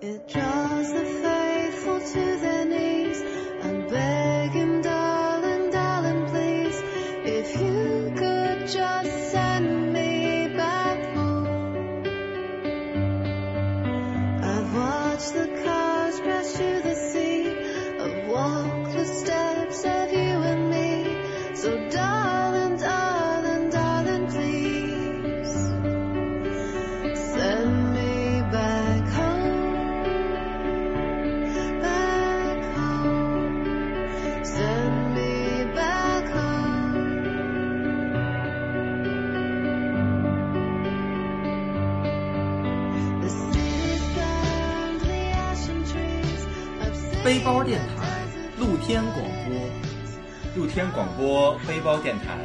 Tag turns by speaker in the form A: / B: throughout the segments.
A: It draws the faithful to their knees and beg him, darling, darling, please, if you could just send me back home. I've watched the cars crash to the sea, I've walked the steps of you and me. So, darling, darling, darling, please, send me back home. Back home, send me back home. The city's burned, the ashen trees. I've seen
B: 背包电台露天广播，
C: 露天广播背包电台，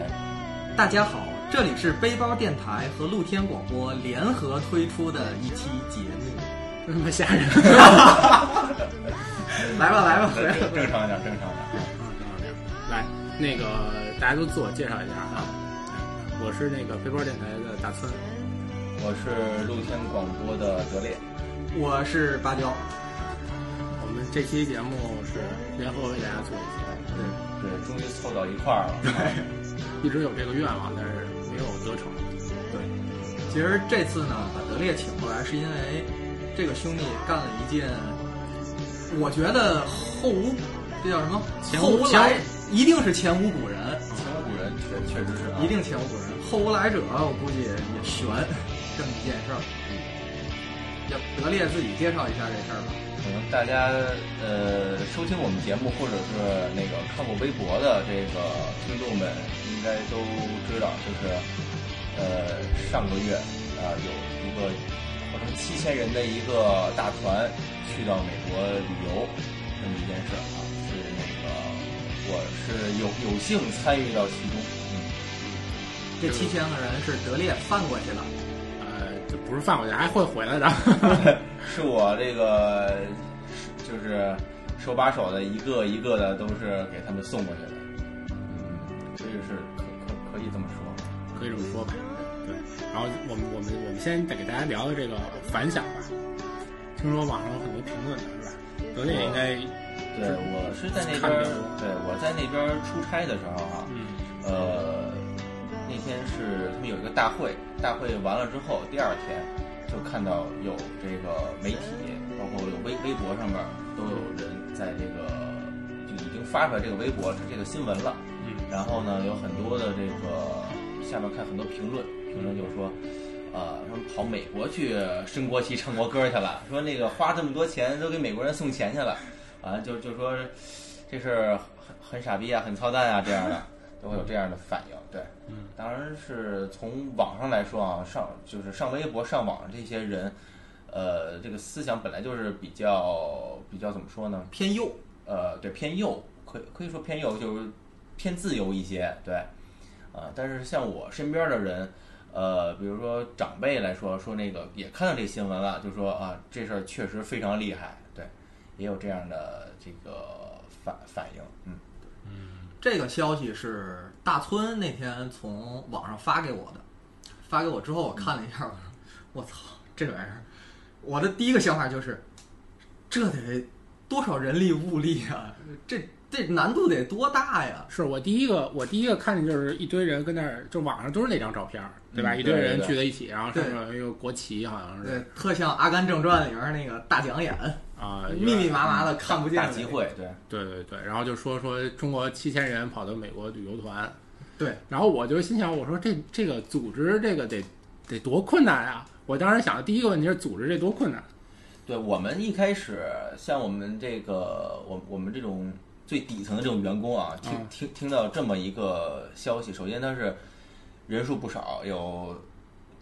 B: 大家好，这里是背包电台和露天广播联合推出的一期节目。
D: 这他妈吓人！
B: 来吧，来吧，
C: 正
B: 来吧
C: 正常一点，正常一点。
D: 来，那个大家都自我介绍一下啊。我是那个背包电台的大村，
C: 我是露天广播的德烈，
B: 我是芭蕉，
D: 我们这期节目是联合为大家做一期，对，
C: 对，终于凑到一块儿了。
D: 一直有这个愿望，但是没有得逞。
B: 对，其实这次呢，把德烈请过来是因为这个兄弟干了一件，我觉得后无这叫什么？
D: 前
B: 后
D: 无
B: 无
D: 前
B: 来，一定是前无古人，
C: 前无古人，确确实是啊，
B: 一定前无古人。后无来者，我估计也悬这么一件事儿。嗯要德烈自己介绍一下这事儿吧。
C: 可能大家呃收听我们节目或者是那个看过微博的这个听众们，应该都知道，就是呃上个月啊、有一个号称七千人的一个大团去到美国旅游这么一件事儿啊，是那个我是有有幸参与到其中，嗯
B: 这七千个人是德烈翻过去的，
D: 呃，就不是放过去，还会回来的。
C: 是我这个就是手把手的一个一个的都是给他们送过去的，嗯，所以是可可可以这么说，
D: 可以这么说吧。对，然后我们我们我们先得给大家聊聊这个反响吧。听说网上有很多评论的是吧？德烈应该，
C: 对我是在那
D: 看
C: 边
D: 着
C: 儿，对我在那边儿出差的时候啊，
D: 嗯，
C: 呃，那天是他们有一个大会，大会完了之后，第二天就看到有这个媒体，包括有微微博上面都有人在这个就已经发出来这个微博这个新闻了。
D: 嗯，
C: 然后呢，有很多的这个下面看很多评论，评论就说，呃，他们跑美国去升国旗、唱国歌去了，说那个花这么多钱都给美国人送钱去了，啊，就就说这事儿很很傻逼啊，很操蛋啊这样的，都会有这样的反应。对，
D: 嗯，
C: 当然是从网上来说啊，上就是上微博、上网这些人。呃，这个思想本来就是比较比较怎么说呢？
B: 偏右。
C: 呃，对，偏右，可以可以说偏右，就是偏自由一些，对，啊、但是像我身边的人，呃，比如说长辈来说，说那个也看到这个新闻了，就说啊，这事儿确实非常厉害，对，也有这样的这个反反应，嗯，
B: 这个消息是大村那天从网上发给我的，发给我之后我看了一下，我说我操，这玩意儿，我的第一个想法就是，这得多少人力物力啊，这这难度得多大呀？
D: 是我第一个我第一个看见就是一堆人跟那儿，就网上都是那张照片儿，对吧？
C: 嗯
D: 一堆人
C: 对对
D: 聚在一起，然后上
B: 对
D: 面有一个国旗，好像是
B: 对，特像《阿甘正传》里面那个大蒋眼，
D: 啊，有
B: 密
D: 点
B: 密麻麻的看不见
C: 大
B: 的
C: 集
B: 那个。
C: 会，对，
D: 对对对，然后就说说中国七千人跑到美国旅游团，
B: 对，
D: 然后我就心想，我说这这个组织这个得得多困难啊！我当时想的第一个问题是组织这多困难，
C: 对我们一开始像我们这个我我们这种最底层的这种员工啊，听、
D: 嗯
C: 听听到这么一个消息，首先它是人数不少，有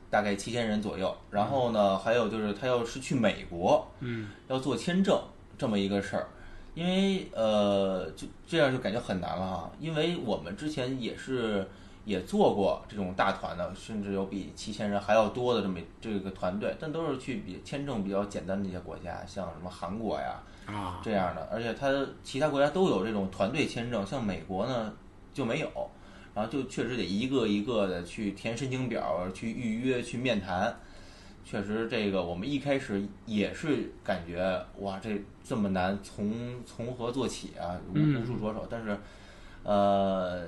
C: 大概七千人左右。然后呢，还有就是他要是去美国，
D: 嗯，
C: 要做签证这么一个事儿，因为呃，就这样就感觉很难了哈。因为我们之前也是也做过这种大团的，甚至有比七千人还要多的这么这个团队，但都是去比签证比较简单的一些国家，像什么韩国呀
D: 啊，
C: 这样的，而且它其他国家都有这种团队签证，像美国呢就没有。然后就确实得一个一个的去填申请表、去预约、去面谈，确实这个我们一开始也是感觉哇，这这么难，从从何做起啊，无
D: 嗯
C: 无处着手。但是，呃，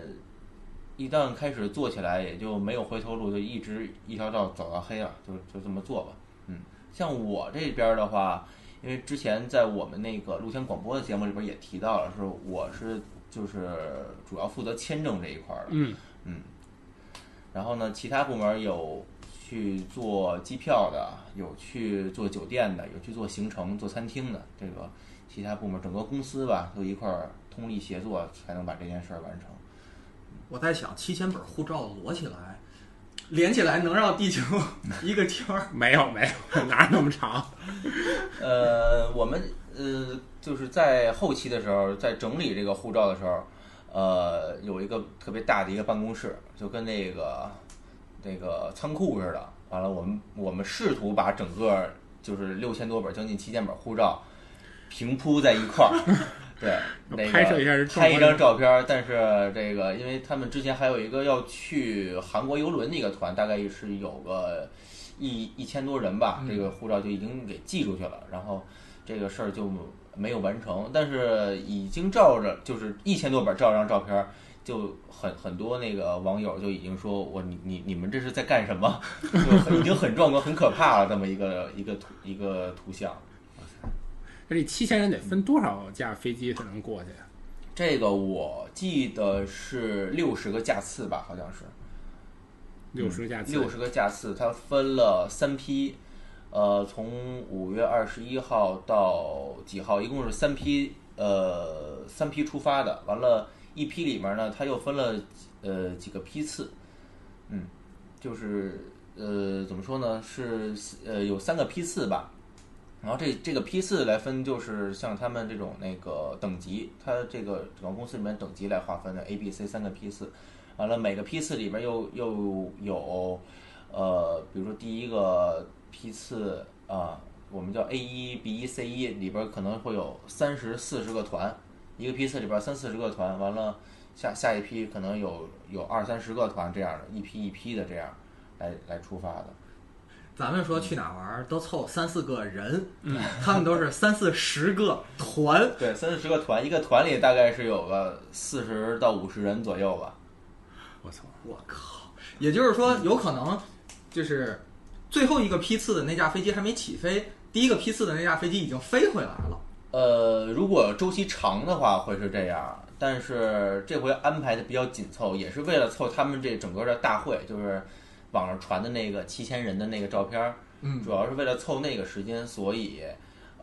C: 一旦开始做起来，也就没有回头路，就一直一条道走到黑了，就就这么做吧。嗯，像我这边儿的话，因为之前在我们那个露天广播的节目里边儿也提到了，是我是就是主要负责签证这一块儿的。
D: 嗯
C: 嗯，然后呢，其他部门有去做机票的，有去做酒店的，有去做行程、做餐厅的。这个其他部门整个公司吧，都一块儿通力协作，才能把这件事儿完成。
B: 我在想，七千本护照摞起来，连起来能绕地球 一个圈儿。
D: 没有没有，哪有那么长？
C: 呃，我们呃就是在后期的时候，在整理这个护照的时候，呃，有一个特别大的一个办公室，就跟那个那个仓库似的。完了，我们我们试图把整个就是六千多本，将近七千本护照平铺在一块儿。 对，那个
D: 拍摄一下这壮
C: 拍一
D: 观
C: 张照片儿，但是这个，因为他们之前还有一个要去韩国游轮的一个团，大概是有个一一千多人吧，这
D: 嗯
C: 个护照就已经给寄出去了，然后这个事儿就没有完成，但是已经照着就是一千多本照张照片儿。就很很多那个网友就已经说我你你你们这是在干什么？ 就很已经很壮观、很可怕了这么一个一个图一个图像。
D: 那这七千人得分多少架飞机才能过去啊？
C: 这个我记得是六十个架次吧，好像是。
D: 六十架次，
C: 六十个架次，它分了三批，呃，从五月二十一号到几号，一共是三批，呃，三批出发的。完了，一批里面呢，它又分了呃几个批次，嗯，就是呃怎么说呢，是呃有三个批次吧。然后这这个批次来分，就是像他们这种那个等级，它这个整个公司里面等级来划分的 A、B、C 三个批次。完了，每个批次里边又又有，呃，比如说第一个批次啊、我们叫 A 一、B 一、C 一，里边可能会有三十四十个团，一个批次里边三四十个团，完了下下一批可能有有二三十个团这样的，一批一批的这样来来出发的。
B: 咱们说去哪儿玩儿都凑三四个人，嗯， 他们都是三四十个团，
C: 对，三四十个团，一个团里大概是有个四十到五十人左右吧。
D: 我操，
B: 我靠！也就是说，有可能就是最后一个批次的那架飞机还没起飞，第一个批次的那架飞机已经飞回来了。
C: 呃，如果周期长的话会是这样，但是这回安排的比较紧凑，也是为了凑他们这整个的大会，就是网上传的那个七千人的那个照片儿，
B: 嗯
C: 主要是为了凑那个时间，所以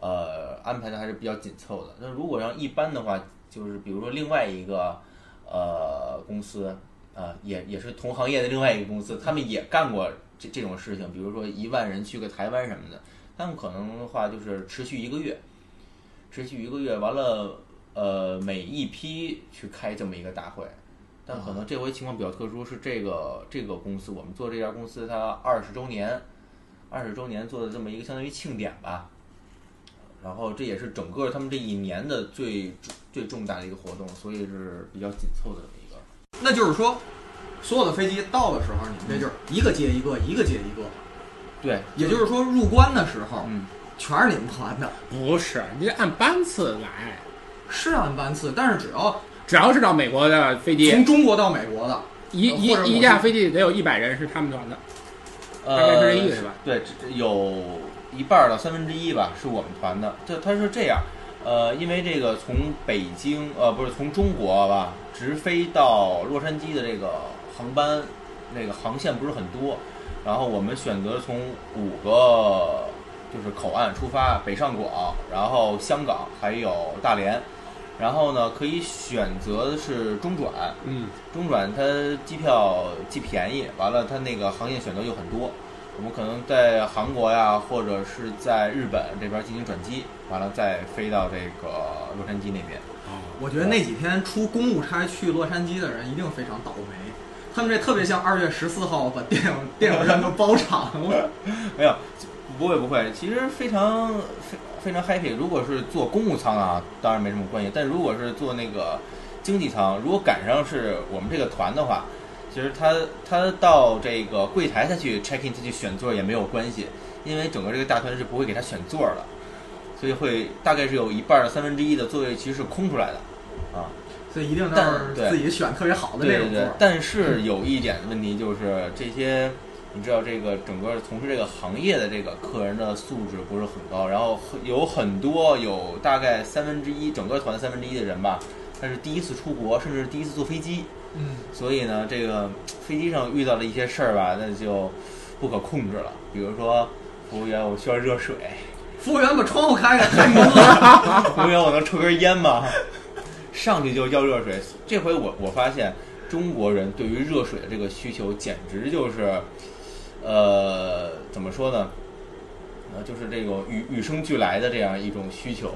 C: 呃安排的还是比较紧凑的。那如果让一般的话，就是比如说另外一个呃公司啊、呃也也是同行业的另外一个公司，他们也干过这这种事情，比如说一万人去个台湾什么的，他们可能的话就是持续一个月，持续一个月，完了呃每一批去开这么一个大会。但可能这回情况比较特殊，是这个这个公司，我们做这家公司它二十周年，二十周年做的这么一个相当于庆典吧。然后这也是整个他们这一年的最最重大的一个活动，所以是比较紧凑的这么一个。
B: 那就是说，所有的飞机到的时候，你们这就是一个接一个，一个接一个。
C: 对，
B: 也就是说，入关的时候，
C: 嗯，
B: 全是你们团的，
D: 不是，你得按班次来，
B: 是按班次，但是只要
D: 只要是到美国的飞机，
B: 从中国到美国的，
D: 一一
B: 或者我
D: 一架
B: 是
D: 飞机得有一百人是他们团的，
C: 呃，
D: 大概是这意思吧
C: 对，这有一半儿到三分之一吧，是我们团的。就他是这样，呃，因为这个从北京呃不是从中国吧直飞到洛杉矶的这个航班，那个航线不是很多，然后我们选择从五个就是口岸出发，北上广，然后香港还有大连，然后呢可以选择的是中转，
D: 嗯，
C: 中转它机票既便宜，完了它那个航线选择又很多。我们可能在韩国呀，或者是在日本这边进行转机，完了再飞到这个洛杉矶那边。
D: 哦，
B: 我觉得那几天出公务差去洛杉矶的人一定非常倒霉。他们这特别像二月十四号把电影电影院都包场 了，
C: 没有，不会不会，其实非常非非常 happy。如果是坐公务舱啊，当然没什么关系，但如果是坐那个经济舱，如果赶上是我们这个团的话，就是他他到这个柜台他去 check in 他去选座也没有关系，因为整个这个大团是不会给他选座的，所以会大概是有一半儿三分之一的座位其实是空出来的，啊，
B: 所以一定都
C: 但
B: 是
C: 对
B: 自己选特别好的
C: 对
B: 那
C: 对
B: 种座
C: 对
B: 儿，。
C: 但是有一点的问题就是这些，你知道这个整个从事这个行业的这个客人的素质不是很高，然后很有很多有大概三分之一整个团三分之一的人吧，他是第一次出国，甚至是第一次坐飞机，
B: 嗯，
C: 所以呢，这个飞机上遇到的一些事儿吧，那就不可控制了，比如说。服务员，我需要热水。
B: 服务员把窗户开开，太闷了。
C: 服务员，我能抽根烟吗？上去就要热水。这回我我发现中国人对于热水的这个需求简直就是，呃，怎么说呢？呃，就是这种与与生俱来的这样一种需求。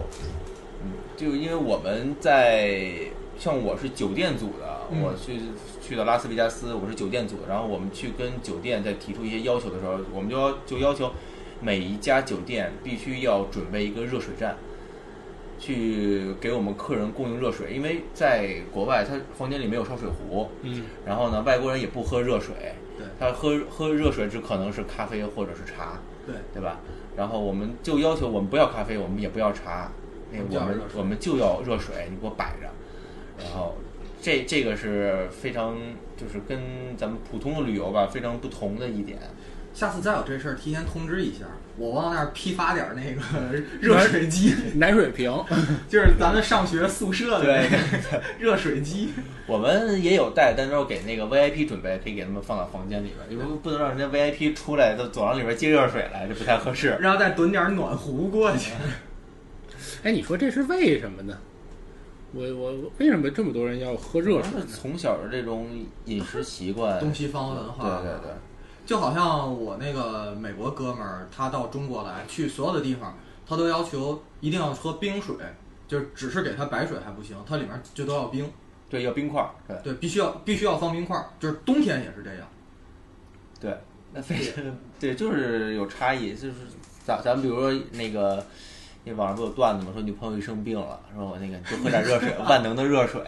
C: 嗯，就因为我们在像我是酒店组的，
B: 嗯
C: 我去去到拉斯维加斯，我是酒店组的，然后我们去跟酒店在提出一些要求的时候，我们就要就要求每一家酒店必须要准备一个热水站。去给我们客人供应热水，因为在国外，他房间里没有烧水壶，
D: 嗯，
C: 然后呢，外国人也不喝热水，
B: 对
C: 他喝喝热水只可能是咖啡或者是茶，
B: 对，
C: 对吧？然后我们就要求我们不要咖啡，我们也不要茶，那
B: 我们就
C: 我
B: 要
C: 们
B: 热水
C: 我们就要热水，你给我摆着。然后这这个是非常就是跟咱们普通的旅游吧非常不同的一点。
B: 下次再有这事儿，提前通知一下，我往那儿批发点儿那 个热水机，
D: 奶水瓶，
B: 就是咱们上学宿舍 的那
C: 对
B: 个热水机。
C: 我们也有带，但是我给那个 VIP 准备，可以给他们放到房间里边，因为不能让人家 VIP 出来到走廊里边接热水来，这不太合适。
B: 然后再囤点儿暖壶过去。
D: 哎，你说这是为什么呢？我我我为什么这么多人要喝热水
C: 可能是
D: 呢？
C: 从小的这种饮食习惯，
B: 东西方文化，
C: 对对对，
B: 就好像我那个美国哥们儿，他到中国来，去所有的地方，他都要求一定要喝冰水，就是只是给他白水还不行，它里面就都要冰，
C: 对要冰块儿，对
B: 对，必须要必须要放冰块儿，就是冬天也是这样。
C: 对，那非常对，就是有差异，就是咱咱们比如说那个。那网上不有段子嘛，说女朋友一生病了，说我那个多喝点热 水，万能的热水。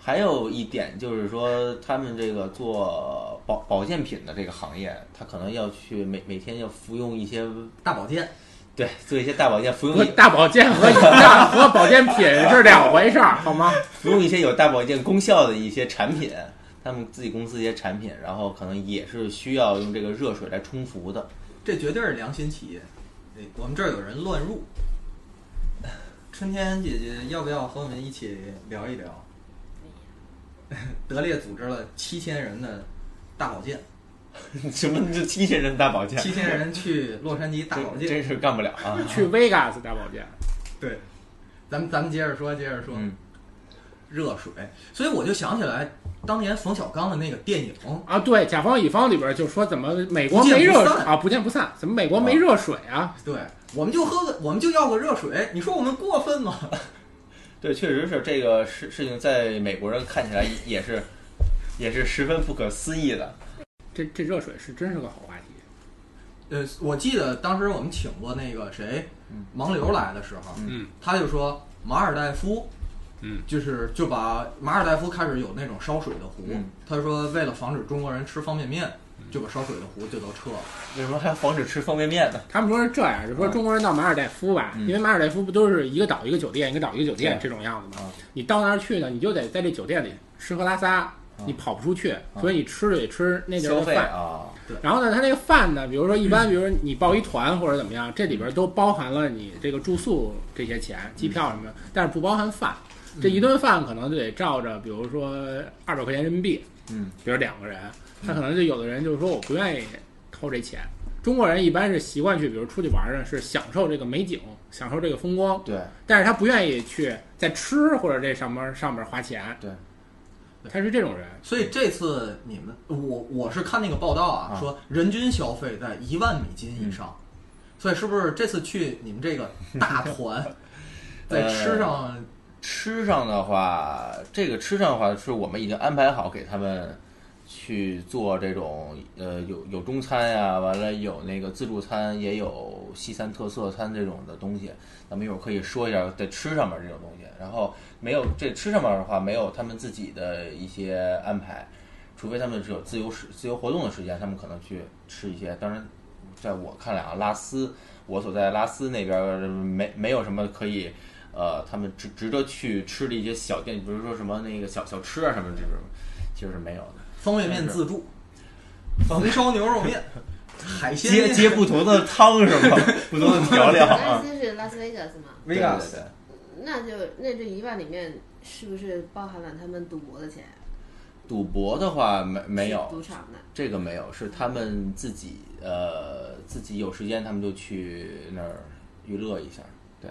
C: 还有一点就是说，他们这个做保保健品的这个行业，他可能要去每每天要服用一些，
B: 大保健，
C: 对，做一些大保健，服 用
D: 和
C: 一
D: 大保健和大和保健品是两回事儿，好 吗？
C: 服用一些有大保健功效的一些产品，他们自己公司一些产品，然后可能也是需要用这个热水来冲服的。
B: 这绝对是良心企业。哎我们这儿有人乱入。春天姐姐要不要和我们一起聊 一聊？德烈组织了七千人的大保健，
C: 什么这七千人大保健？
B: 七千人去洛杉矶大
C: 这
B: 保健，
C: 真是干不了啊！
D: 去 Vegas 大保健，
B: 对，咱们咱们接着说，接着说、
C: 嗯，
B: 热水。所以我就想起来当年冯小刚的那个电影，
D: 啊，对，甲方乙方里边就说怎么美国
B: 不见
D: 没热
B: 不
D: 水
B: 散
D: 啊，不见不散，怎么美国没热水啊？
B: 对，我们就喝个，我们就要个热水，你说我们过分吗？
C: 对，确实是这个事事情，在美国人看起来也是也是十分不可思议的。
D: 这这热水是真是个好话题。
B: 呃，我记得当时我们请过那个谁，
C: 嗯
B: 盲流来的时候，
D: 嗯
B: 他就说马尔代夫。
D: 嗯，
B: 就是就把马尔代夫开始有那种烧水的壶，
C: 嗯
B: 他说为了防止中国人吃方便面，
D: 嗯
B: 就把烧水的壶就都撤了。
C: 为什么还要防止吃方便面呢？
D: 他们说是这样，就说中国人到马尔代夫吧，
C: 嗯
D: 因为马尔代夫不都是一个岛一个酒店，一个岛一个酒店
C: 对
D: 这种样子吗
C: 啊？
D: 你到那儿去呢，你就得在这酒店里吃喝拉撒，你跑不出去，所以你吃就得吃那地
C: 嗯
D: 儿
C: 消
D: 的
C: 费
D: 饭。
C: 啊，
D: 然后呢，它这个饭呢，比如说一般，比如说你报一团或者怎么样，这里边都包含了你这个住宿这些钱、机票什么的，但是不包含饭。这一顿饭可能就得照着，比如说二百块钱人民币，
C: 嗯，
D: 比如两个人，他可能就有的人就是说我不愿意掏这钱。中国人一般是习惯去，比如出去玩呢，是享受这个美景，享受这个风光，
C: 对
D: 但是他不愿意去在吃或者这上面上面花钱，
C: 对，
D: 他是这种人。
B: 所以这次你们，我我是看那个报道啊，
C: 啊
B: 说人均消费在一万美金以上，所以是不是这次去你们这个大 团，在吃
C: 呃
B: 上
C: 吃上的话，这个吃上的话是我们已经安排好给他们去做这种呃有有中餐呀、完了有那个自助餐，也有呃西餐特色餐这种的东西。咱们一会儿可以说一下在吃上面这种东西。然后没有这吃上面的话，没有他们自己的一些安排。除非他们是有自由时自由活动的时间，他们可能去吃一些。当然，在我看来啊，拉斯我所在的拉斯那边儿没没有什么可以。呃，他们值值得去吃的一些小店，比如说什么那个小小吃啊什么这种，其实是没有的。
B: 方便面自助，红烧牛肉 面，海鲜
C: 接接不同的汤是 吗？不同的调料
E: 拉
C: 啊。
E: 斯是拉斯维加斯嘛？
C: 对对对，
E: 那就那这一万里面是不是包含了他们赌博的钱？
C: 赌博的话没没
E: 赌
C: 有，
E: 场的。
C: 这个没有，是他们自己呃自己有时间他们就去那儿娱乐一下，对。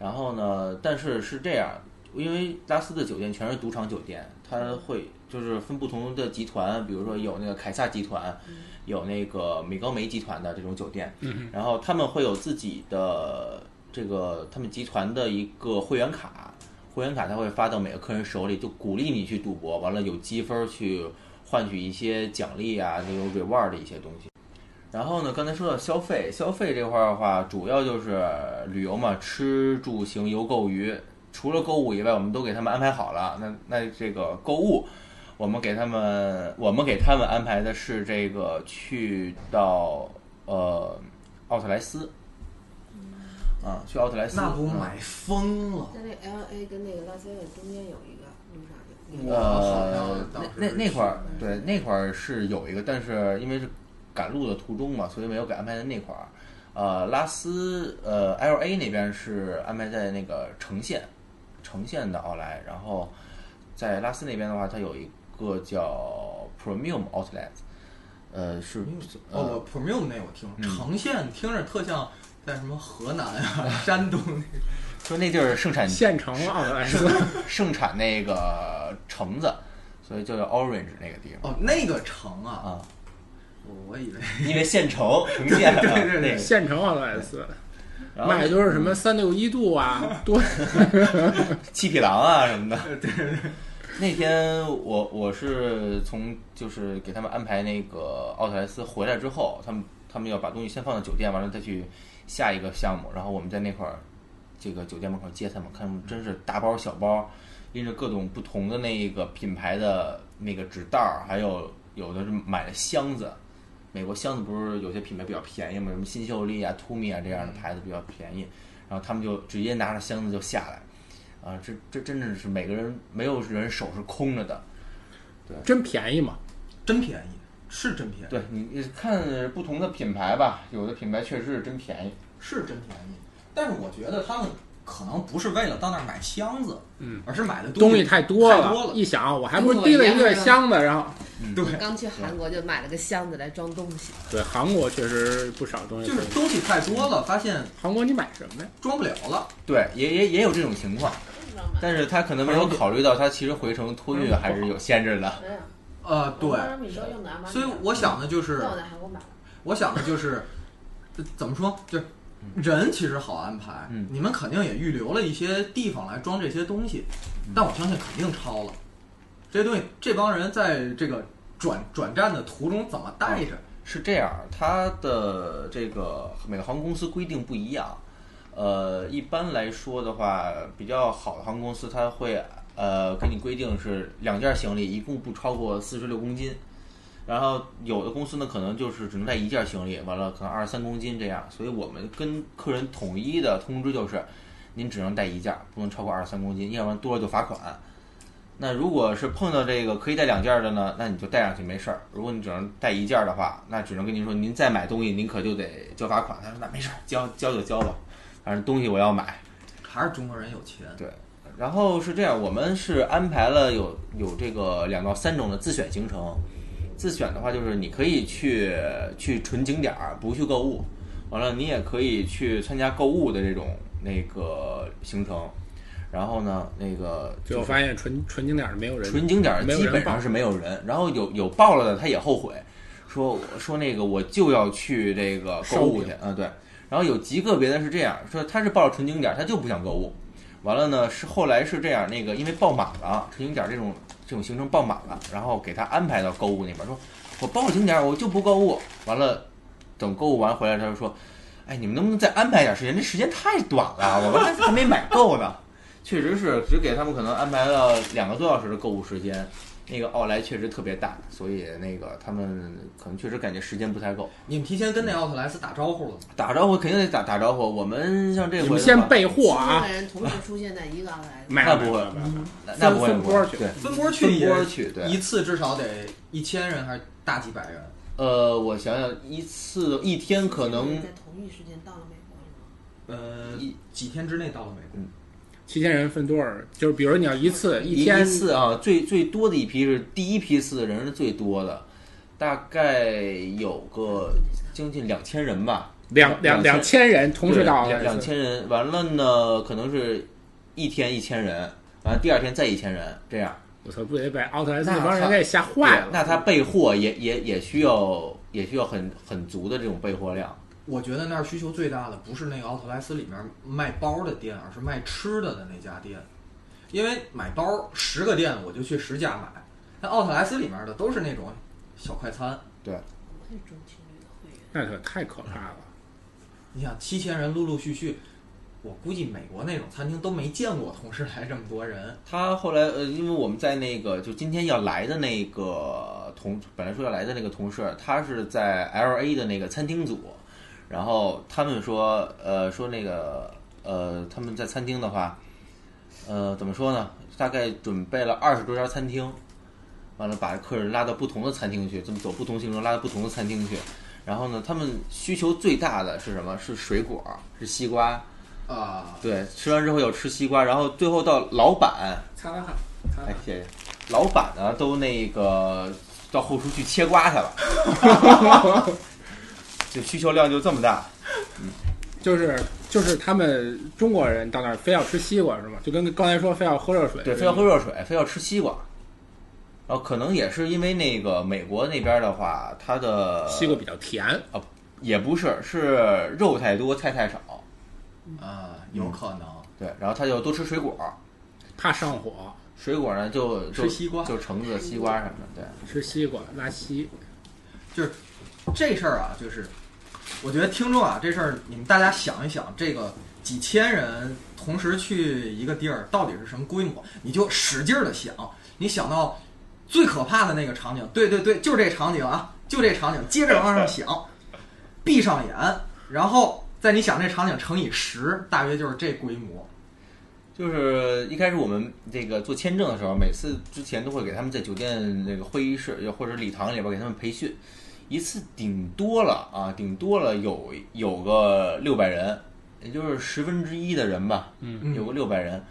C: 然后呢，但是是这样，因为拉斯的酒店全是赌场酒店，它会就是分不同的集团，比如说有那个凯撒集团，有那个美高梅集团的这种酒店，然后他们会有自己的这个他们集团的一个会员卡，会员卡他会发到每个客人手里，就鼓励你去赌博，完了有积分去换取一些奖励啊，那种 reward 的一些东西。然后呢，刚才说到消费，消费这块儿的话，主要就是旅游嘛，吃住行游购娱。除了购物以外，我们都给他们安排好了。那那这个购物，我们给他们，我们给他们安排的是这个去到呃奥特莱斯，啊，去奥特莱斯，
B: 嗯那不
C: 嗯
B: 买疯了。
E: 在那 L A 跟那个拉斯维加斯中间有一个路上有一个，
B: 我好像当时
C: 那呃那那块儿，
B: 去
C: 对那块儿是有一个，但是因为是赶路的途中嘛，所以没有给安排在那块儿。呃，拉斯呃 L A 那边是安排在那个城县，城县的奥莱，然后在拉斯那边的话，它有一个叫 Premium Outlet，呃是
B: 哦，
C: 呃
B: 我 premium 那我听
C: 嗯
B: 呈现听着特像在什么河南 啊、山东那
C: 说那地儿盛产
D: 县城奥特莱 斯，
C: 盛产那个橙子，所以就叫 Orange 那个地方
B: 哦那个城啊，
C: 啊，
B: 我以为
C: 因为县城城县
B: 对对对
C: 那个
D: 县城奥特莱斯，
C: 然后
D: 卖的都是什么三六一度啊， 多
C: 七匹狼啊什么的。 对对那天我我是从就是给他们安排那个奥特莱斯回来之后，他们他们要把东西先放到酒店，完了再去下一个项目，然后我们在那块儿这个酒店门口接他们，看他们真是大包小包，拎着各种不同的那个品牌的那个纸袋儿，还有有的是买了箱子。美国箱子不是有些品牌比较便宜嘛，什么新秀丽啊、t o m i 啊这样的牌子比较便宜，然后他们就直接拿着箱子就下来，啊，这这真的是每个人没有人手是空着的。
D: 真便宜嘛。
B: 真便宜，是真便宜，
C: 对你你看不同的品牌吧，有的品牌确实是真便宜。
B: 是真便宜。但是我觉得他们可能不是为了到那儿买箱子，
D: 嗯，
B: 而是买的
D: 东
B: 西
D: 西太多
B: 太多了
D: 一想我还不是提了一个箱子，然后
E: 我刚去韩国就买了个箱子来装东西，
D: 对韩国确实不少东西
B: 就
D: 可以
B: 是
D: 买。
B: 东西太多了，发现
D: 韩国你买什么呀？
B: 装不了了。
C: 对，也也也有这种情况，
E: 知道吗？
C: 但是他可能没有考虑到，他其实回程托运还是有限制的。
E: 没有，
B: 呃，对，
E: 时你说用啊的阿玛
B: 所以我想的就是，
E: 但我在韩国买了，
B: 我想的就是，呃怎么说，就是人其实好安排，
C: 嗯
B: 你们肯定也预留了一些地方来装这些东西，但我相信肯定超了。这些东西，这帮人在这个转转站的途中怎么带着？
C: 是这样，它的这个每个航空公司规定不一样。呃，一般来说的话，比较好的航空公司它会呃给你规定是两件行李一共不超过四十六公斤，然后有的公司呢可能就是只能带一件行李，完了可能二十三公斤这样。所以我们跟客人统一的通知就是，您只能带一件，不能超过二十三公斤，要不然多了就罚款。那如果是碰到这个可以带两件儿的呢，那你就带上去没事儿。如果你只能带一件儿的话，那只能跟您说，您再买东西您可就得交罚款。他说那没事儿，交交就交吧，反正东西我要买。
B: 还是中国人有钱？
C: 对， 然后是这样，我们是安排了有有这个两到三种的自选行程。自选的话，就是你可以去去纯景点儿，不去购物。完了，你也可以去参加购物的这种那个行程。然后呢，那个
D: 最后发现纯纯景点儿没有人，
C: 纯景点儿
D: 没有
C: 基
D: 人
C: 本上
D: 报
C: 是没有人，然后有有报了的他也后悔，说说那个我就要去这个购物去，嗯对，然后有极个别的是这样，说他是报了纯景点儿，他就不想购物，完了呢是后来是这样，那个因为爆满了，纯景点儿这种这种行程爆满了，然后给他安排到购物那边，说我报了景点儿我就不购物，完了等购物完回来他就说，哎你们能不能再安排点时间？这时间太短了，我们还还没买够呢。确实是只给他们可能安排了两个多小时的购物时间，那个奥莱确实特别大，所以那个他们可能确实感觉时间不太够。
B: 你们提前跟那奥特莱斯打招呼了吗？
C: 打招呼肯定得打打招呼。我们像这回
D: 你
C: 的
D: 们先
C: 话
D: 备货
E: 三
D: 啊
E: 个，人同时出现在一个奥莱斯，
D: 没有
C: 那不会
D: 没有没有没有
C: 那那
D: 分
C: 嗯不会不会
D: 分波去
C: 对，
B: 分波去
C: 嗯分
B: 也
C: 波去对。
B: 一次至少得一千人还是大几百人？
C: 呃，我想想，一次一天可能
E: 在同一时间到了美国是吗？
B: 呃
C: 一，
B: 几天之内到了美国。
D: 七千人分多少？就是比如你要一次
C: 一
D: 天
C: 一次啊，最最多的一批是第一批次的人是最多的，大概有个将近两千人吧，
D: 两两两千人同时到
C: 对两两千人。完了呢，可能是一天一千人，完了第二天再一千人，这样。
D: 我操，不得把奥特莱斯
C: 那
D: 那帮人
C: 他
D: 给吓坏了？
C: 啊那他备货也也也需要也需要很很足的这种备货量。
B: 我觉得那儿需求最大的不是那个奥特莱斯里面卖包的店，而是卖吃的的那家店。因为买包十个店我就去十家买，但奥特莱斯里面的都是那种小快餐。
C: 对，
E: 我们是中情局的会员，
D: 那可太可怕了。
B: 你想七千人陆陆续续，我估计美国那种餐厅都没见过同时来这么多人。
C: 他后来呃，因为我们在那个就今天要来的那个同本来说要来的那个同事，他是在 L A 的那个餐厅组，然后他们说呃说那个呃他们在餐厅的话，呃怎么说呢？大概准备了二十多家餐厅，完了把客人拉到不同的餐厅去，这么走不同行程拉到不同的餐厅去。然后呢，他们需求最大的是什么？是水果，是西瓜。嗯
B: 啊、
C: 对，吃完之后要吃西瓜，然后最后到老板。
D: 擦擦汗，擦
C: 哎，谢谢。老板呢，都那个到后厨去切瓜去了， 就需求量就这么大。
D: 就是就是他们中国人到那儿非要吃西瓜是吗？就跟刚才说非要喝热水，
C: 对，非要喝热水，非要吃西瓜。然后可能也是因为那个美国那边的话，它的
D: 西瓜比较甜，
C: 也不是是肉太多，菜太少。
B: 啊、有可能。
C: 对，然后他就多吃水果，
D: 怕上火，
C: 水果呢就就
B: 吃西瓜
C: 就橙子、西瓜什么的。对，
D: 吃西瓜拉稀。
B: 这事儿啊，就是我觉得听众啊，这事儿你们大家想一想，这个几千人同时去一个地儿，到底是什么规模？你就使劲儿的想，你想到最可怕的那个场景，对对对，就这场景啊，就这场景，接着往上想，闭上眼，然后在你想这场景乘以十，大约就是这规模。
C: 就是一开始我们这个做签证的时候，每次之前都会给他们在酒店那个会议室，又或者礼堂里边给他们培训，一次顶多了啊，顶多了有有个六百人，也就是十分之一的人吧，
D: 嗯
C: 有个六百人，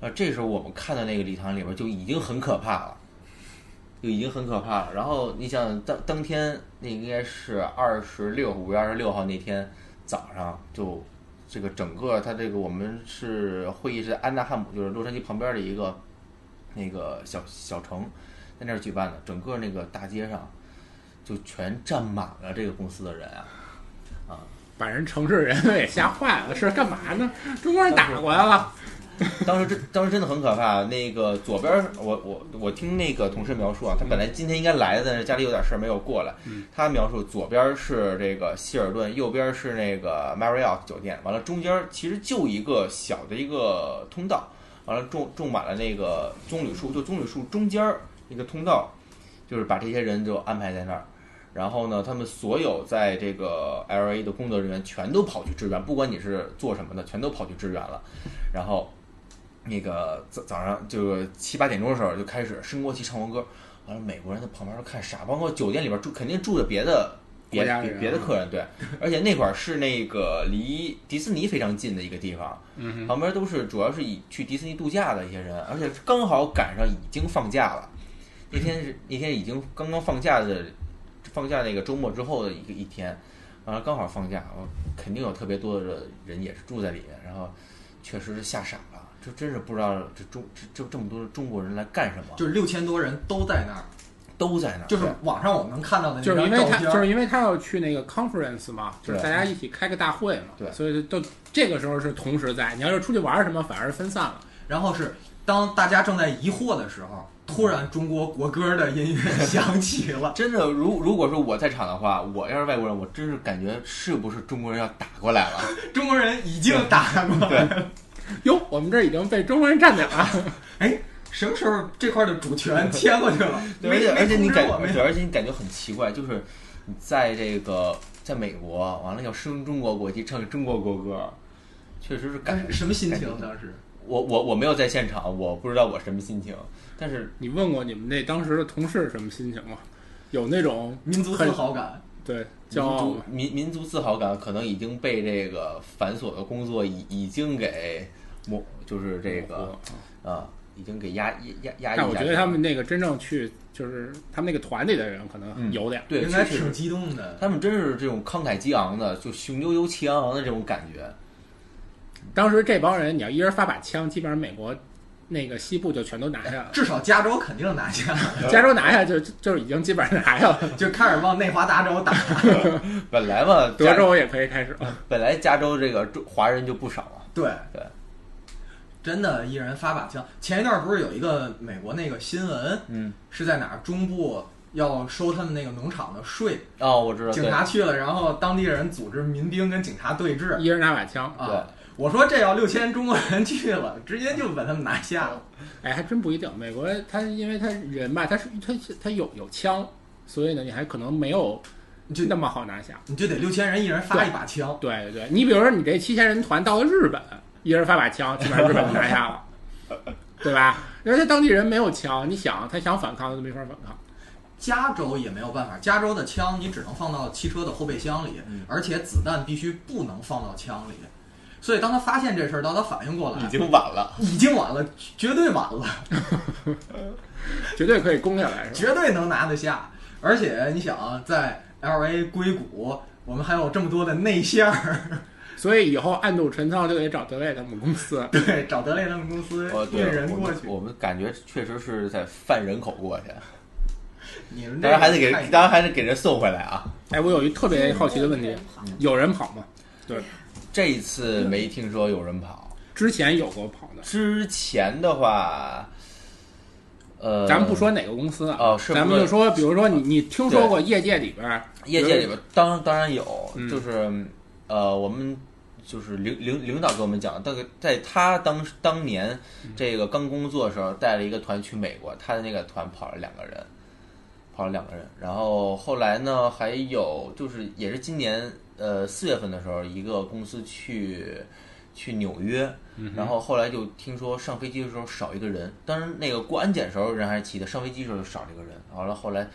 C: 呃，这时候我们看到那个礼堂里边就已经很可怕了，就已经很可怕了。然后你想当当天那应该是二十六五月二十六号那天早上就这个整个它这个我们是会议是在安纳汉姆，就是洛杉矶旁边的一个那个小小城，在那儿举办的，整个那个大街上就全站满了这个公司的人啊。
D: 把人城市人 给吓坏了，是干嘛呢？中国人打过来了，
C: 当时真当时真的很可怕。那个左边儿，我我我听那个同事描述啊，他本来今天应该来的，但是家里有点事儿没有过来。他描述左边儿是这个希尔顿，右边儿是那个 Marriott 酒店，完了中间儿其实就一个小的一个通道，完了种种满了那个棕榈树，就棕榈树中间儿一个通道，就是把这些人就安排在那儿。然后呢，他们所有在这个 L A 的工作人员全都跑去支援，不管你是做什么的，全都跑去支援了。然后那个早早上就七八点钟的时候就开始升国旗唱国歌，完了美国人在旁边都看傻，包括酒店里边住肯定住着别的别
D: 国家
C: 别
D: 人啊
C: 别的客人，对，而且那块儿是那个离迪士尼非常近的一个地方，
D: 嗯哼，
C: 旁边都是主要是以去迪士尼度假的一些人，而且刚好赶上已经放假了，那天是那天已经刚刚放假的，放假那个周末之后的一个一天，完了刚好放假，我肯定有特别多的人也是住在里面，然后确实是吓傻了，这真是不知道这中这这这么多中国人来干什么，
B: 就是六千多人都在那儿，
C: 都在那儿，
B: 就是
C: 对
B: 网上我们能看到的那
D: 就是因
B: 张
D: 为
B: 照
D: 他
B: 片，
D: 就是因为他要去那个 conference 嘛，就是大
C: 对
D: 家一起开个大会嘛，
C: 对
D: 所以就都这个时候是同时在。你要是出去玩什么，反而是分散了。
B: 然后是当大家正在疑惑的时候，突然中国国歌的音乐响起了。
C: 真的，如如果说我在场的话，我要是外国人，我真是感觉是不是中国人要打过来了？
B: 中国人已经打过来了。
D: 哟，我们这已经被中国人占领了。
B: 哎，什么时候这块的主权迁过去了？
C: 对，
B: 没
C: 而且
B: 没
C: 而且你
B: 通知
C: 感
B: 我没
C: 对，而且你感觉很奇怪，就是你在这个在美国完了要升中国国旗，唱中国国歌，确实是感
B: 哎什么心
C: 感觉
B: 情？当时
C: 我我我没有在现场，我不知道我什么心情，但是
D: 你问过你们那当时的同事什么心情吗？有那种
B: 民族自
D: 很
B: 豪感，
D: 对
C: 民
D: 骄傲
C: 族
D: 吗？
C: 民民族自豪感可能已经被这个繁琐的工作已已经给抹，就是这个啊，已经给压压压压抑
D: 但
C: 下
D: 我
C: 去
D: 觉得他们那个真正去，就是他们那个团里的人可能
C: 嗯
D: 有点。
C: 对
B: 应该
C: 确实
B: 挺激动的。
C: 他们真是这种慷慨激昂的，就雄赳赳气昂昂的这种感觉。
D: 当时这帮人，你要一人发把枪，基本上美国那个西部就全都拿 下了，
B: 至少加州肯定拿下，
D: 加州拿下就就就已经基本上拿下了，
B: 就开始往内华达州 打。
C: 本来嘛，
D: 德
C: 加
D: 州也可以开始了。
C: 本来加州这个中华人就不少啊。
B: 对
C: 对，
B: 真的，一人发把枪。前一段不是有一个美国那个新闻
C: 嗯，
B: 是在哪儿？中部要收他们那个农场的税，
C: 哦，我知道，
B: 警
C: 对
B: 察去了，然后当地人组织民兵跟警察对峙
D: 一人拿把枪，
B: 啊。我说这要六千中国人去了，直接就把他们拿下了。
D: 哎，还真不一定。美国他因为他人吧，他是他他有有枪，所以呢，你还可能没有
B: 你就
D: 那么好拿下。
B: 你就得六千人一人发一把枪，
D: 对对对，你比如说你这七千人团到了日本，一人发把枪，基本上日本就拿下 了，对吧？因为他当地人没有枪，你想他想反抗他都没法反抗。
B: 加州也没有办法，加州的枪你只能放到汽车的后备箱里，
C: 嗯
B: 而且子弹必须不能放到枪里。所以当他发现这事儿，当他反应过来，
C: 已经晚了。
B: 已经晚了，绝对晚了，
D: 绝对可以攻下来，是吧？
B: 绝对能拿得下。而且你想啊，在 L A 硅谷，我们还有这么多的内线儿，
D: 所以以后暗度陈仓就得找德瑞他们公司。
B: 对，找德累他们公司
C: 我
B: 运
C: 哦对
B: 人
C: 我
B: 过
C: 们
B: 去。
C: 我们感觉确实是在犯人口过去，
B: 你们这
C: 当然还得给
B: 太，
C: 当然还得给人送回来啊。
D: 哎，我有一特别好奇的问题，有人跑吗？
C: 这一次
D: 嗯
C: 没听说有人跑，
D: 之前有过跑的，
C: 之前的话，呃，
D: 咱们不说哪个公司啊，
C: 哦是不是
D: 咱们就说，比如说你你听说过业界里边儿，
C: 业界里边，当当然有，
D: 嗯
C: 就是呃，我们就是领领领导跟我们讲，大概在他当当年
D: 嗯
C: 这个刚工作的时候，带了一个团去美国，他的那个团跑了两个人，跑了两个人，然后后来呢，还有就是也是今年呃四月份的时候，一个公司去去纽约，
D: 嗯
C: 然后后来就听说上飞机的时候少一个人，当然那个过安检时候人还是齐的，上飞机时候就少了一个人，完了后来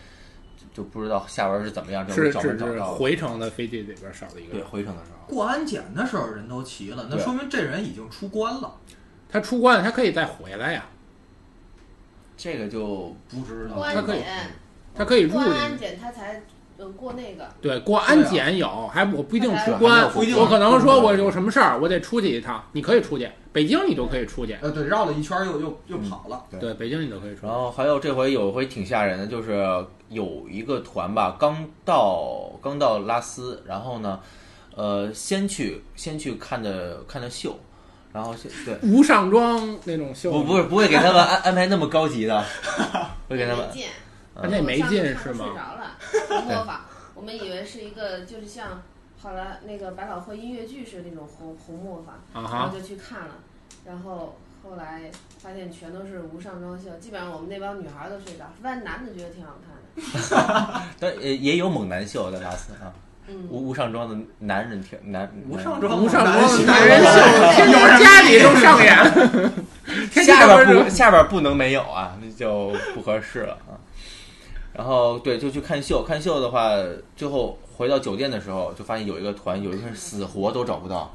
C: 就不知道下文是怎么样，这
D: 是
C: 找
D: 只
C: 没找
D: 是
C: 到。
D: 回程的飞机里边儿少了一个
C: 对
D: 人。
C: 回程的时候，
B: 过安检的时候人都齐了，那
C: 对
B: 说明这人已经出关了。
D: 他出关了，他可以再回来呀，
C: 这个就
B: 不知道
E: 过安
D: 嗯他可以
E: 检，
D: 他可以入
E: 过
D: 进
E: 安
D: 去。
E: 检他才呃过那个，
D: 对，过安检有，还我不一定
C: 对
D: 出
C: 还没
D: 关
C: 有，
B: 不一定
D: 我可能说我有什么事儿，我得出去一趟。你可以出去，北京你都可以出去。
B: 呃，对，绕了一圈儿又又又跑了。
C: 嗯对
D: 对，北京你都可以出
C: 然。后还有这回有一回挺吓人的，就是有一个团吧，刚到刚到拉斯，然后呢，呃，先去先去看的看的秀，然后先对，
D: 无上装那种秀，
C: 不不是不会给他们安安排那么高级的，不会给他们
E: 没见，
D: 啊那没劲是
E: 睡
D: 吗？
E: 着了，红头发，我们以为是一个就是像好了那个百老汇音乐剧似的那种红红墨法，
D: 啊
E: 然
D: 哈
E: 后，就去看了，然后后来发现全都是无上妆秀，基本上我们那帮女孩儿都睡着，反正男的觉得挺好看的。
C: 但呃也有猛男秀在拉斯啊，
E: 嗯，
C: 无无上装的男人挺男
B: 无上
C: 装
B: 装，
D: 无上
B: 男
D: 装男人 秀，天
B: 有
D: 天
B: 人
D: 家里都上演。 天
C: 下
D: 天都
C: 边
D: 是
C: 不下边不能没有啊，那就不合适了啊。然后对，就去看秀，看秀的话，最后回到酒店的时候，就发现有一个团，有一个人死活都找不到，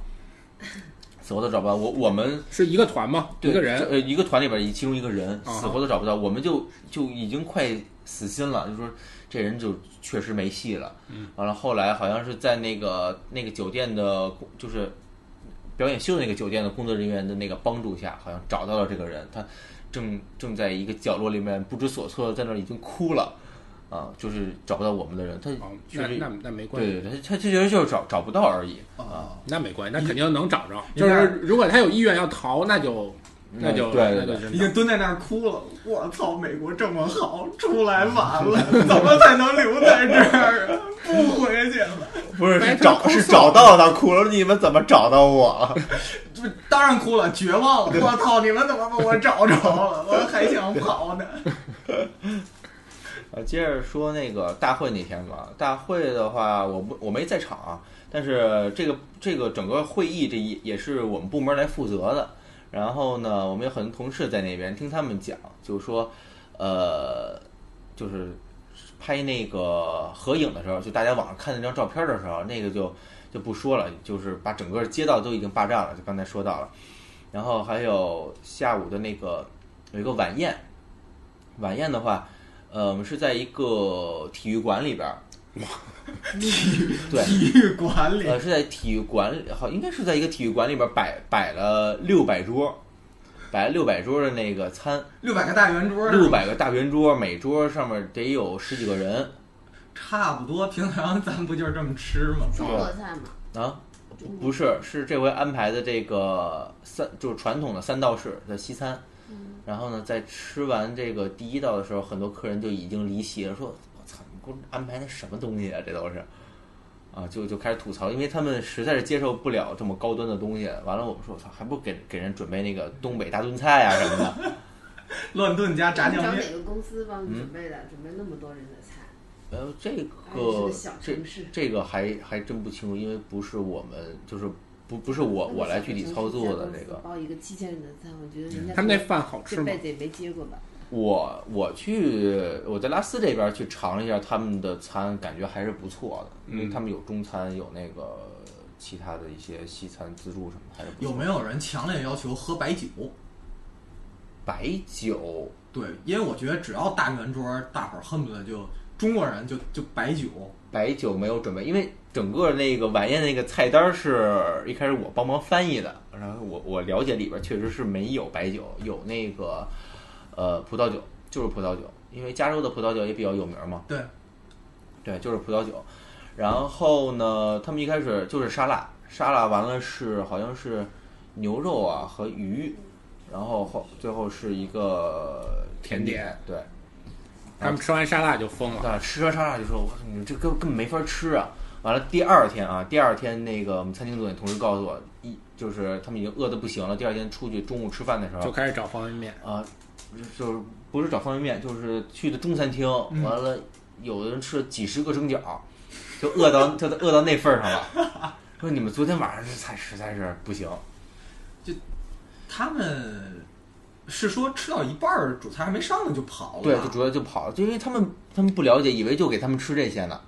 C: 死活都找不到。我我们
D: 是一个团嘛，
C: 对
D: 一个
C: 这
D: 人，
C: 呃，一个团里边其中一个人
D: 啊哈
C: 死活都找不到，我们就就已经快死心了，就说这人就确实没戏了。嗯，完了后来好像是在那个那个酒店的工，就是表演秀那个酒店的工作人员的那个帮助下，好像找到了这个人，他正正在一个角落里面不知所措，在那儿已经哭了。啊，就是找不到我们的人，他
D: 哦，
C: 确
D: 那
C: 实，
D: 那那没关系，
C: 对对，他他确实就是找找不到而已。
B: 啊，
D: 那没关系，那肯定能找着。
B: 你
D: 就
B: 看
D: 是如果他有意愿要逃，那就
B: 嗯
D: 那就
C: 对对
D: 那就
C: 对
D: 真
B: 已
D: 的
B: 经蹲在那儿哭了。我操，美国这么好，出来晚了， 怎么才能留在这儿啊？不回去了，
C: 不是
D: 白
C: 是
D: 头
C: 找
D: 哭
C: 是
D: 丧
C: 找到他哭了，你们怎么找到我？
B: 不当然哭了，绝望了。我操，你们怎么把我找着了？我还想跑呢。
C: 呃，接着说那个大会那天吧。大会的话，我不我没在场啊，但是这个这个整个会议这也也是我们部门来负责的。然后呢，我们有很多同事在那边听他们讲，就是说，呃，就是拍那个合影的时候，就大家网上看那张照片的时候，那个就就不说了，就是把整个街道都已经霸占了，就刚才说到了。然后还有下午的那个有一个晚宴，晚宴的话，呃，我们是在一个体育馆里边儿，对
B: 体育管理
C: 呃，是在体育馆里，好，应该是在一个体育馆里边儿摆摆了六百桌，摆了六百桌的那个餐，
B: 六百个大圆桌，
C: 六百个大圆桌，每桌上面得有十几个人
B: 差不多。平常咱不就是这么吃吗？
E: 中国菜嘛，
C: 啊，不不是，是这回安排的这个三，就是传统的三道式的西餐。然后呢，在吃完这个第一道的时候，很多客人就已经离席了，说：“我操，你给我安排那什么东西啊？这都是。”啊，就就开始吐槽，因为他们实在是接受不了这么高端的东西。完了，我们说：“我操，还不给给人准备那个东北大炖菜啊什么的。
B: 乱炖加炸
E: 你
B: 酱
E: 找
B: 面，
E: 哪个公司帮
D: 嗯
E: 你准备的？准备那么多人的菜，”
C: 呃，这
E: 还是
C: 个
E: 个小
C: 这
E: 城市
C: 这个还还真不清楚，因为不是我们，就是不不是我我来具体操作的
E: 那
C: 这
E: 个
C: 个。
E: 包一个七千人的餐，我觉得人家
D: 他们那饭好吃
E: 这
D: 吗
E: 辈？子也没接过吧？
C: 我我去我在拉斯这边去尝了一下他们的餐，感觉还是不错的，因为他们有中餐，有那个其他的一些西餐自助什么，还是不错
B: 有没有人强烈要求喝白酒？
C: 白酒？
B: 对，因为我觉得只要大圆桌，大伙儿恨不得就中国人就就白酒。
C: 白酒没有准备，因为整个那个晚宴那个菜单是一开始我帮忙翻译的，然后我我了解里边确实是没有白酒，有那个呃葡萄酒，就是葡萄酒，因为加州的葡萄酒也比较有名嘛，
B: 对，
C: 对，就是葡萄酒。然后呢，他们一开始就是沙拉，沙拉完了是好像是牛肉啊和鱼，然后后最后是一个甜点。对，
D: 他们吃完沙拉就疯了。
C: 那吃完沙拉就说：“我操，你这根根本没法吃啊！”完了第二天啊，第二天那个我们餐厅总监同事告诉我，一就是他们已经饿得不行了。第二天出去中午吃饭的时候，
D: 就开始找方便面，
C: 啊，就是不是找方便面，就是去的中餐厅，
B: 嗯
C: 完了有的人吃了几十个蒸饺，就饿到 就饿到那份儿上了。说你们昨天晚上这菜实在是不行，
B: 他们是说吃到一半儿主菜还没上呢就跑了，
C: 对，就主要就跑了，就因为他们他们不了解，以为就给他们吃这些呢。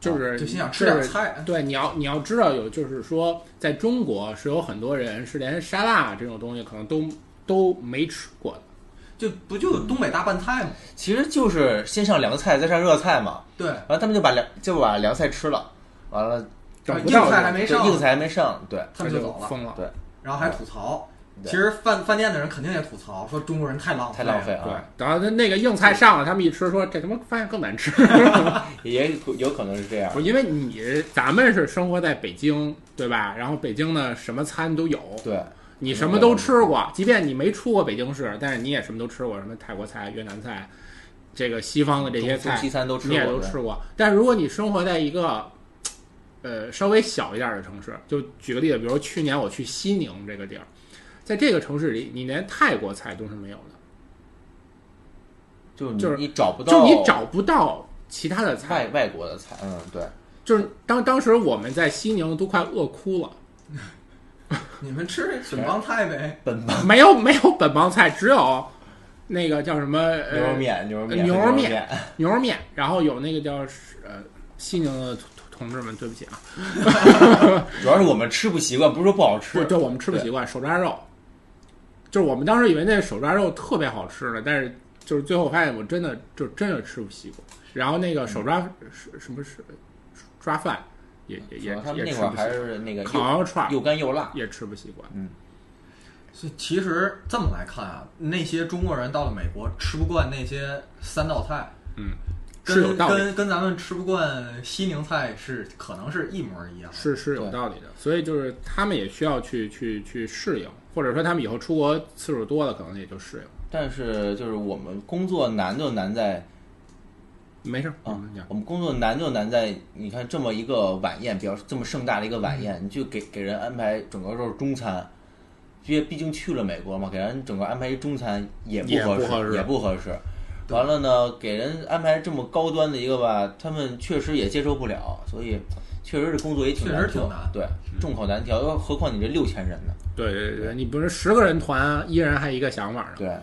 D: 就是
B: 哦就心想吃点。菜。
D: 对，你要你要知道有，就是说，在中国是有很多人是连沙拉这种东西可能都都没吃过的。
B: 就不就东北大拌菜吗？
C: 其实就是先上凉菜，再上热菜嘛。
B: 对，
C: 完了他们就把凉就把凉菜吃了，完了
D: 找
B: 啊
D: 不
B: 硬
D: 到
B: 菜
D: 人
B: 还没
C: 对
B: 上，
C: 硬菜还没上，对
B: 他们就走了，
D: 疯了。
C: 对，
B: 然后还吐槽。
C: 对
B: 其实饭饭店的人肯定也吐槽，说中国人太浪
C: 太
B: 了
C: 浪费
D: 对
C: 啊，，
D: 然后他那个硬菜上了，他们一吃说这他妈发现更难吃。
C: 也有有可能是这样
D: 不。是因为你咱们是生活在北京，对吧？然后北京呢什么餐都有，
C: 对，
D: 你什么都吃过，即便你没出过北京市，但是你也什么都吃过，什么泰国菜、越南菜，这个西方的这些
C: 中中
D: 菜
C: 西餐都吃
D: 你也都
C: 过对
D: 吃过。但如果你生活在一个呃稍微小一点的城市，就举个例子，比如去年我去西宁这个地儿，在这个城市里，你连泰国菜都是没有的，
C: 就是
D: 就是
C: 你你找不到，
D: 就你找不到其他的菜
C: 外。外国的菜，嗯，对，
D: 就是当当时我们在西宁都快饿哭了，
B: 你们吃本帮菜 呗，
D: 呃
C: 本帮
D: 没有没有本帮菜，只有那个叫什么、呃、
C: 牛肉面，牛肉面，
D: 牛
C: 牛
D: 肉面
C: 面，
D: 牛肉面，然后有那个叫是呃西宁的同同志们，对不起啊，
C: 主要是我们吃不习惯，不是说不好
D: 不
C: 吃
D: 是，，对我们吃不习惯手抓肉，就是我们当时以为那手抓肉特别好吃的，但是就是最后发现我真的就真的吃不习惯，然后那个手抓是什么是抓饭也也
C: 嗯
D: 也
C: 主要他们那
D: 也吃
C: 会儿
D: 不习
C: 还
D: 惯，
C: 是那个
D: 烤
C: 又
D: 羊肉串儿
C: 又干又辣，
D: 也吃不习惯，
B: 所以其实这么来看啊，那些中国人到了美国吃不惯那些三道菜，
D: 嗯，是有
B: 跟
D: 道理的。
B: 跟跟咱们吃不惯西宁菜是可能是一模一样。
D: 是是有
C: 对
D: 道理的，所以就是他们也需要去去去适应，或者说他们以后出国次数多了，可能也就适应。
C: 但是就是我们工作难就难在
D: 没事儿，我
C: 啊
D: 们讲，
C: 我们工作难就难在你看这么一个晚宴，比较这么盛大的一个晚宴，你就给给人安排整个都是中餐，因为毕竟去了美国嘛，给人整个安排一中餐也不
D: 也
C: 合
D: 不合
C: 适，
D: 适
C: 也不合适。完了呢，给人安排这么高端的一个吧，他们确实也接受不了，所以确实这工作也挺
B: 确实
C: 难做，
B: 挺难
C: 对，众口难调。何况你这六千人呢？
D: 对对对，你不是十个人团，一人还一个想法呢。
C: 对，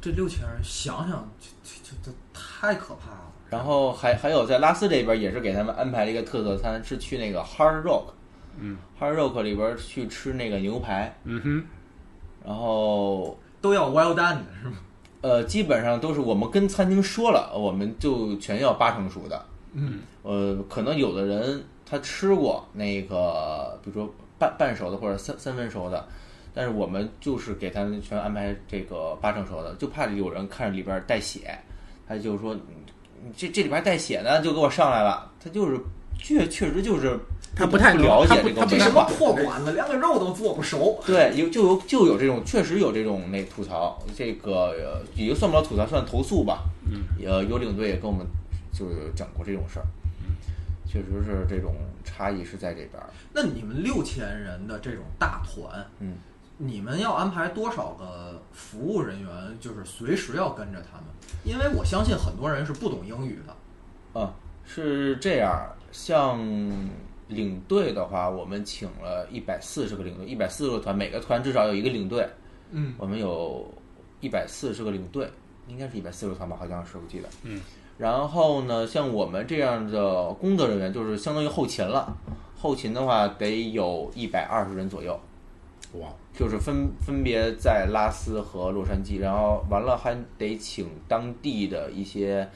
B: 这六千人想想，这这这这太可怕了。
C: 然后还还有在拉斯这边也是给他们安排了一个特色餐，是去那个 Hard Rock，嗯，Hard Rock 里边去吃那个牛排，
D: 嗯哼，
C: 然后
B: 都要 well done 的是吗？
C: 呃，基本上都是我们跟餐厅说了，我们就全要八成熟的。
B: 嗯，
C: 呃，可能有的人他吃过那个，比如说半半熟的或者三三分熟的，但是我们就是给他们全安排这个八成熟的，就怕有人看着里边带血，他就说你这这里边带血呢，就给我上来了。他就是确确实就是
D: 他不太
C: 不
D: 能
C: 了解
D: 他不
C: 这个
D: 他不
B: 这
C: 文
D: 太
B: 什么
C: 化。
B: 破馆子，连个肉都做不熟。
C: 对，有就有就有这种，确实有这种那吐槽，这个呃也就算不了吐槽，算投诉吧。嗯，呃，有领队也跟我们就是讲过这种事儿，确实是这种差异是在这边儿。
B: 那你们六千人的这种大团，
C: 嗯，
B: 你们要安排多少个服务人员，就是随时要跟着他们？因为我相信很多人是不懂英语的。
C: 啊，是这样儿，像领队的话，我们请了一百四十个领队，一百四十个团，每个团至少有一个领队。
B: 嗯，
C: 我们有一百四十个领队，应该是一百四十团吧，好像是我记得。
D: 嗯。
C: 然后呢，像我们这样的工作人员，就是相当于后勤了。后勤的话，得有一百二十人左右，
D: 哇，
C: 就是分分别在拉斯和洛杉矶，然后完了还得请当地的一些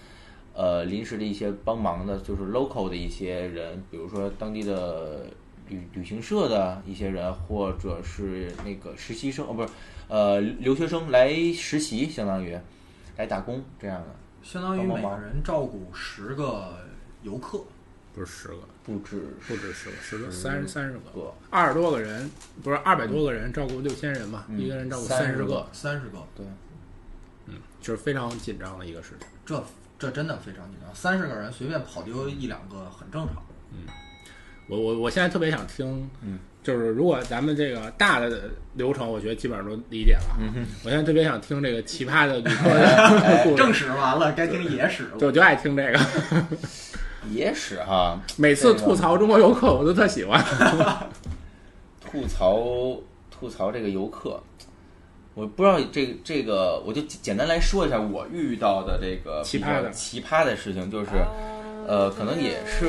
C: 呃临时的一些帮忙的，就是 local 的一些人，比如说当地的旅旅行社的一些人，或者是那个实习生哦，不是呃留学生来实习，相当于来打工这样的，
B: 相当于每
C: 帮帮
B: 个
C: 忙
B: 人照顾十个游客。
D: 不是十个，
C: 不止
D: 不止十个，十个三十三十个，
C: 个，
D: 二十多个人，不是二百多个人照顾六千人嘛，
C: 嗯
D: 一个人照顾
C: 30
D: 十个
C: 个，
B: 三十个，
C: 对，
D: 就是非常紧张的一个事情。
B: 这这真的非常紧张。三十个人随便跑丢一两个很正常。
D: 我我我现在特别想听，
C: 嗯，
D: 就是如果咱们这个大的流程，我觉得基本上都理解了。嗯，我现在特别想听这个奇 葩的旅客的故
B: 正
D: 事，
B: 史完了，该听野史了。
D: 对我就爱听这个。
C: 野史哈，
D: 每次
C: 这个
D: 吐槽中国游客，我都特喜欢。
C: 吐槽吐槽这个游客，我不知道这个这个，我就简单来说一下我遇到的这个
D: 奇葩
C: 比
D: 的
C: 较奇葩的事情，就是呃，
E: 呃，
C: 可
E: 可
C: 能
E: 能
C: 也
E: 也
C: 是
E: 是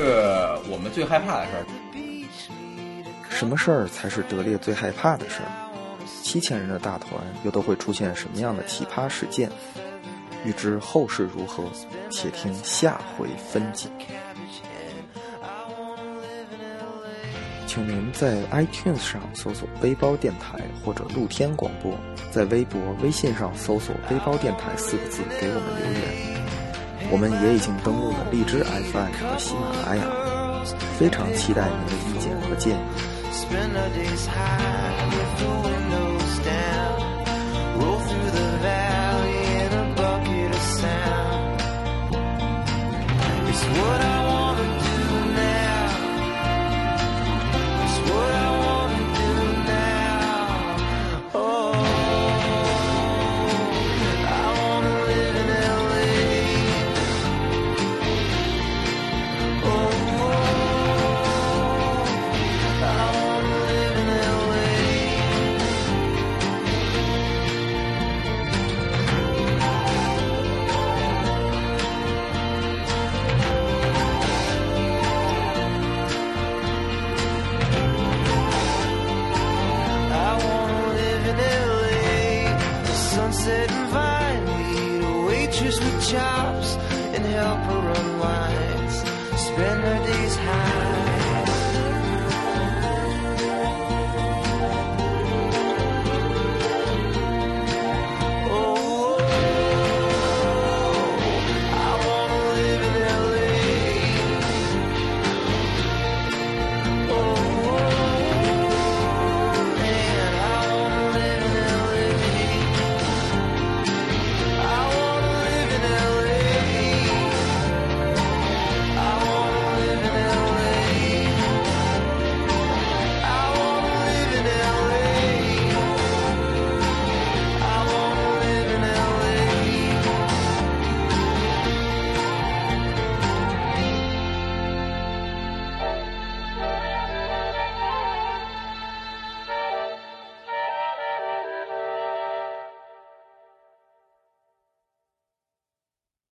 C: 我们最害怕的事儿。
F: 什么事儿才是德烈最害怕的事儿？七千人的大团又都会出现什么样的奇葩事件？欲知后事如何，且听下回分解。请您在 iTunes 上搜索“背包电台”或者“露天广播”，在微博、微信上搜索“背包电台”四个字给我们留言。我们也已经登录了荔枝 FM 和喜马拉雅，非常期待您的意见和建议。
G: Spend our days high with the windows down. Roll through the valley in a bucket of sound. It's what I wanna do now. It's what I wanna do now. Oh, I wanna live in LA. oh. I wanna live in LA. The sunset and vine lead a waitress with chops and help her run lines. Spend our days Oh, oh.